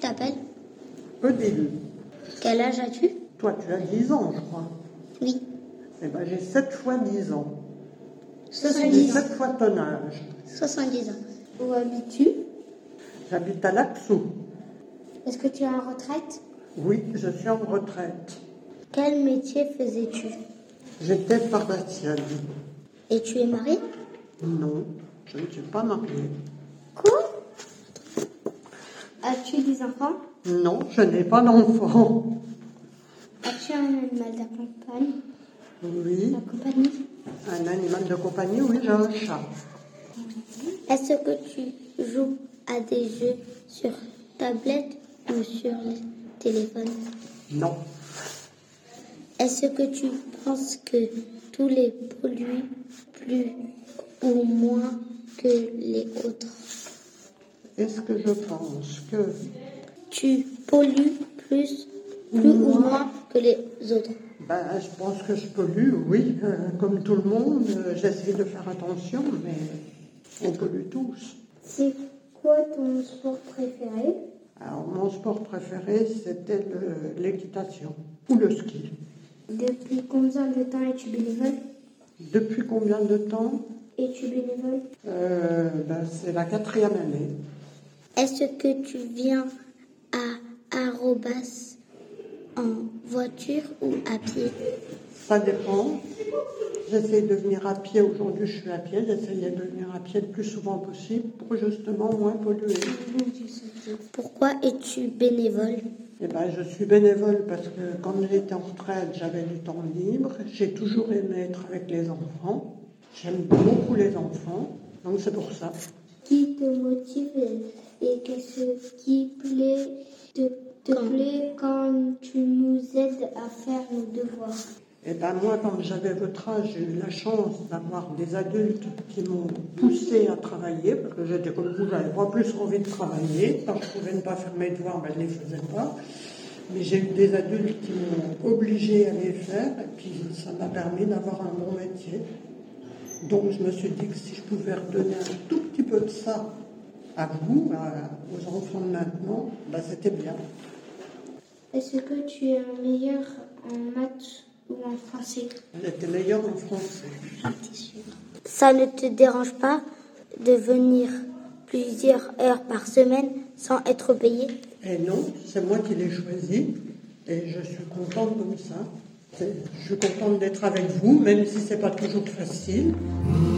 t'appelles Odile, Quel âge as-tu toi tu as 10 ans, je crois. Oui. Eh ben j'ai 7 fois 10 ans. J'ai 70 ans. 7 fois ton âge. 70 ans. Où habites-tu J'habite à Laxou. Est-ce que tu es en retraite Oui, je suis en retraite. Quel métier faisais-tu J'étais pharmacienne. Et tu es marié Non, je ne suis pas mariée. Quoi As-tu des enfants Non, je n'ai pas d'enfant. As-tu un animal d'accompagne Oui, compagnie un animal de compagnie, oui, j'ai un chat. Est-ce que tu joues à des jeux sur tablette ou sur le téléphone Non, Est-ce que tu penses que tous les polluent plus ou moins que les autres est-ce que je pense que Tu pollues plus, plus ou moins que les autres Ben, je pense que je pollue, oui, euh, comme tout le monde. euh, J'essaie de faire attention, mais on pollue tous. C'est quoi ton sport préféré Alors, mon sport préféré, c'était le- l'équitation ou le ski. Depuis combien de temps es-tu bénévole Depuis combien de temps Es-tu bénévole Euh, ben, C'est la quatrième année. Est-ce que tu viens à Arrobas en voiture ou à pied Ça dépend. J'essaie de venir à pied. Aujourd'hui, je suis à pied. J'essayais de venir à pied le plus souvent possible pour justement moins polluer. Pourquoi es-tu bénévole Eh ben, je suis bénévole parce que quand j'étais en retraite, j'avais du temps libre. J'ai toujours aimé être avec les enfants. J'aime beaucoup les enfants, donc c'est pour ça. qui te motive et que ce qui plaît te, te plaît quand tu nous aides à faire nos devoirs. Et ben moi, quand j'avais votre âge, j'ai eu la chance d'avoir des adultes qui m'ont poussé à travailler parce que j'étais comme vous, j'avais pas plus envie de travailler. Quand je pouvais ne pas faire mes devoirs, ben, je les faisais pas. Mais j'ai eu des adultes qui m'ont obligé à les faire et puis ça m'a permis d'avoir un bon métier. Donc je me suis dit que si je pouvais redonner un tout petit peu de ça à vous, à- aux enfants de maintenant, ben, c'était bien. Est-ce que tu es meilleur en maths ou en français J'étais meilleure en français. Ça ne te dérange pas de venir plusieurs heures par semaine sans être payé Et non, c'est moi qui l'ai choisi et je suis contente comme ça. C'est- Je suis contente d'être avec vous, même si c'est pas toujours facile. Nous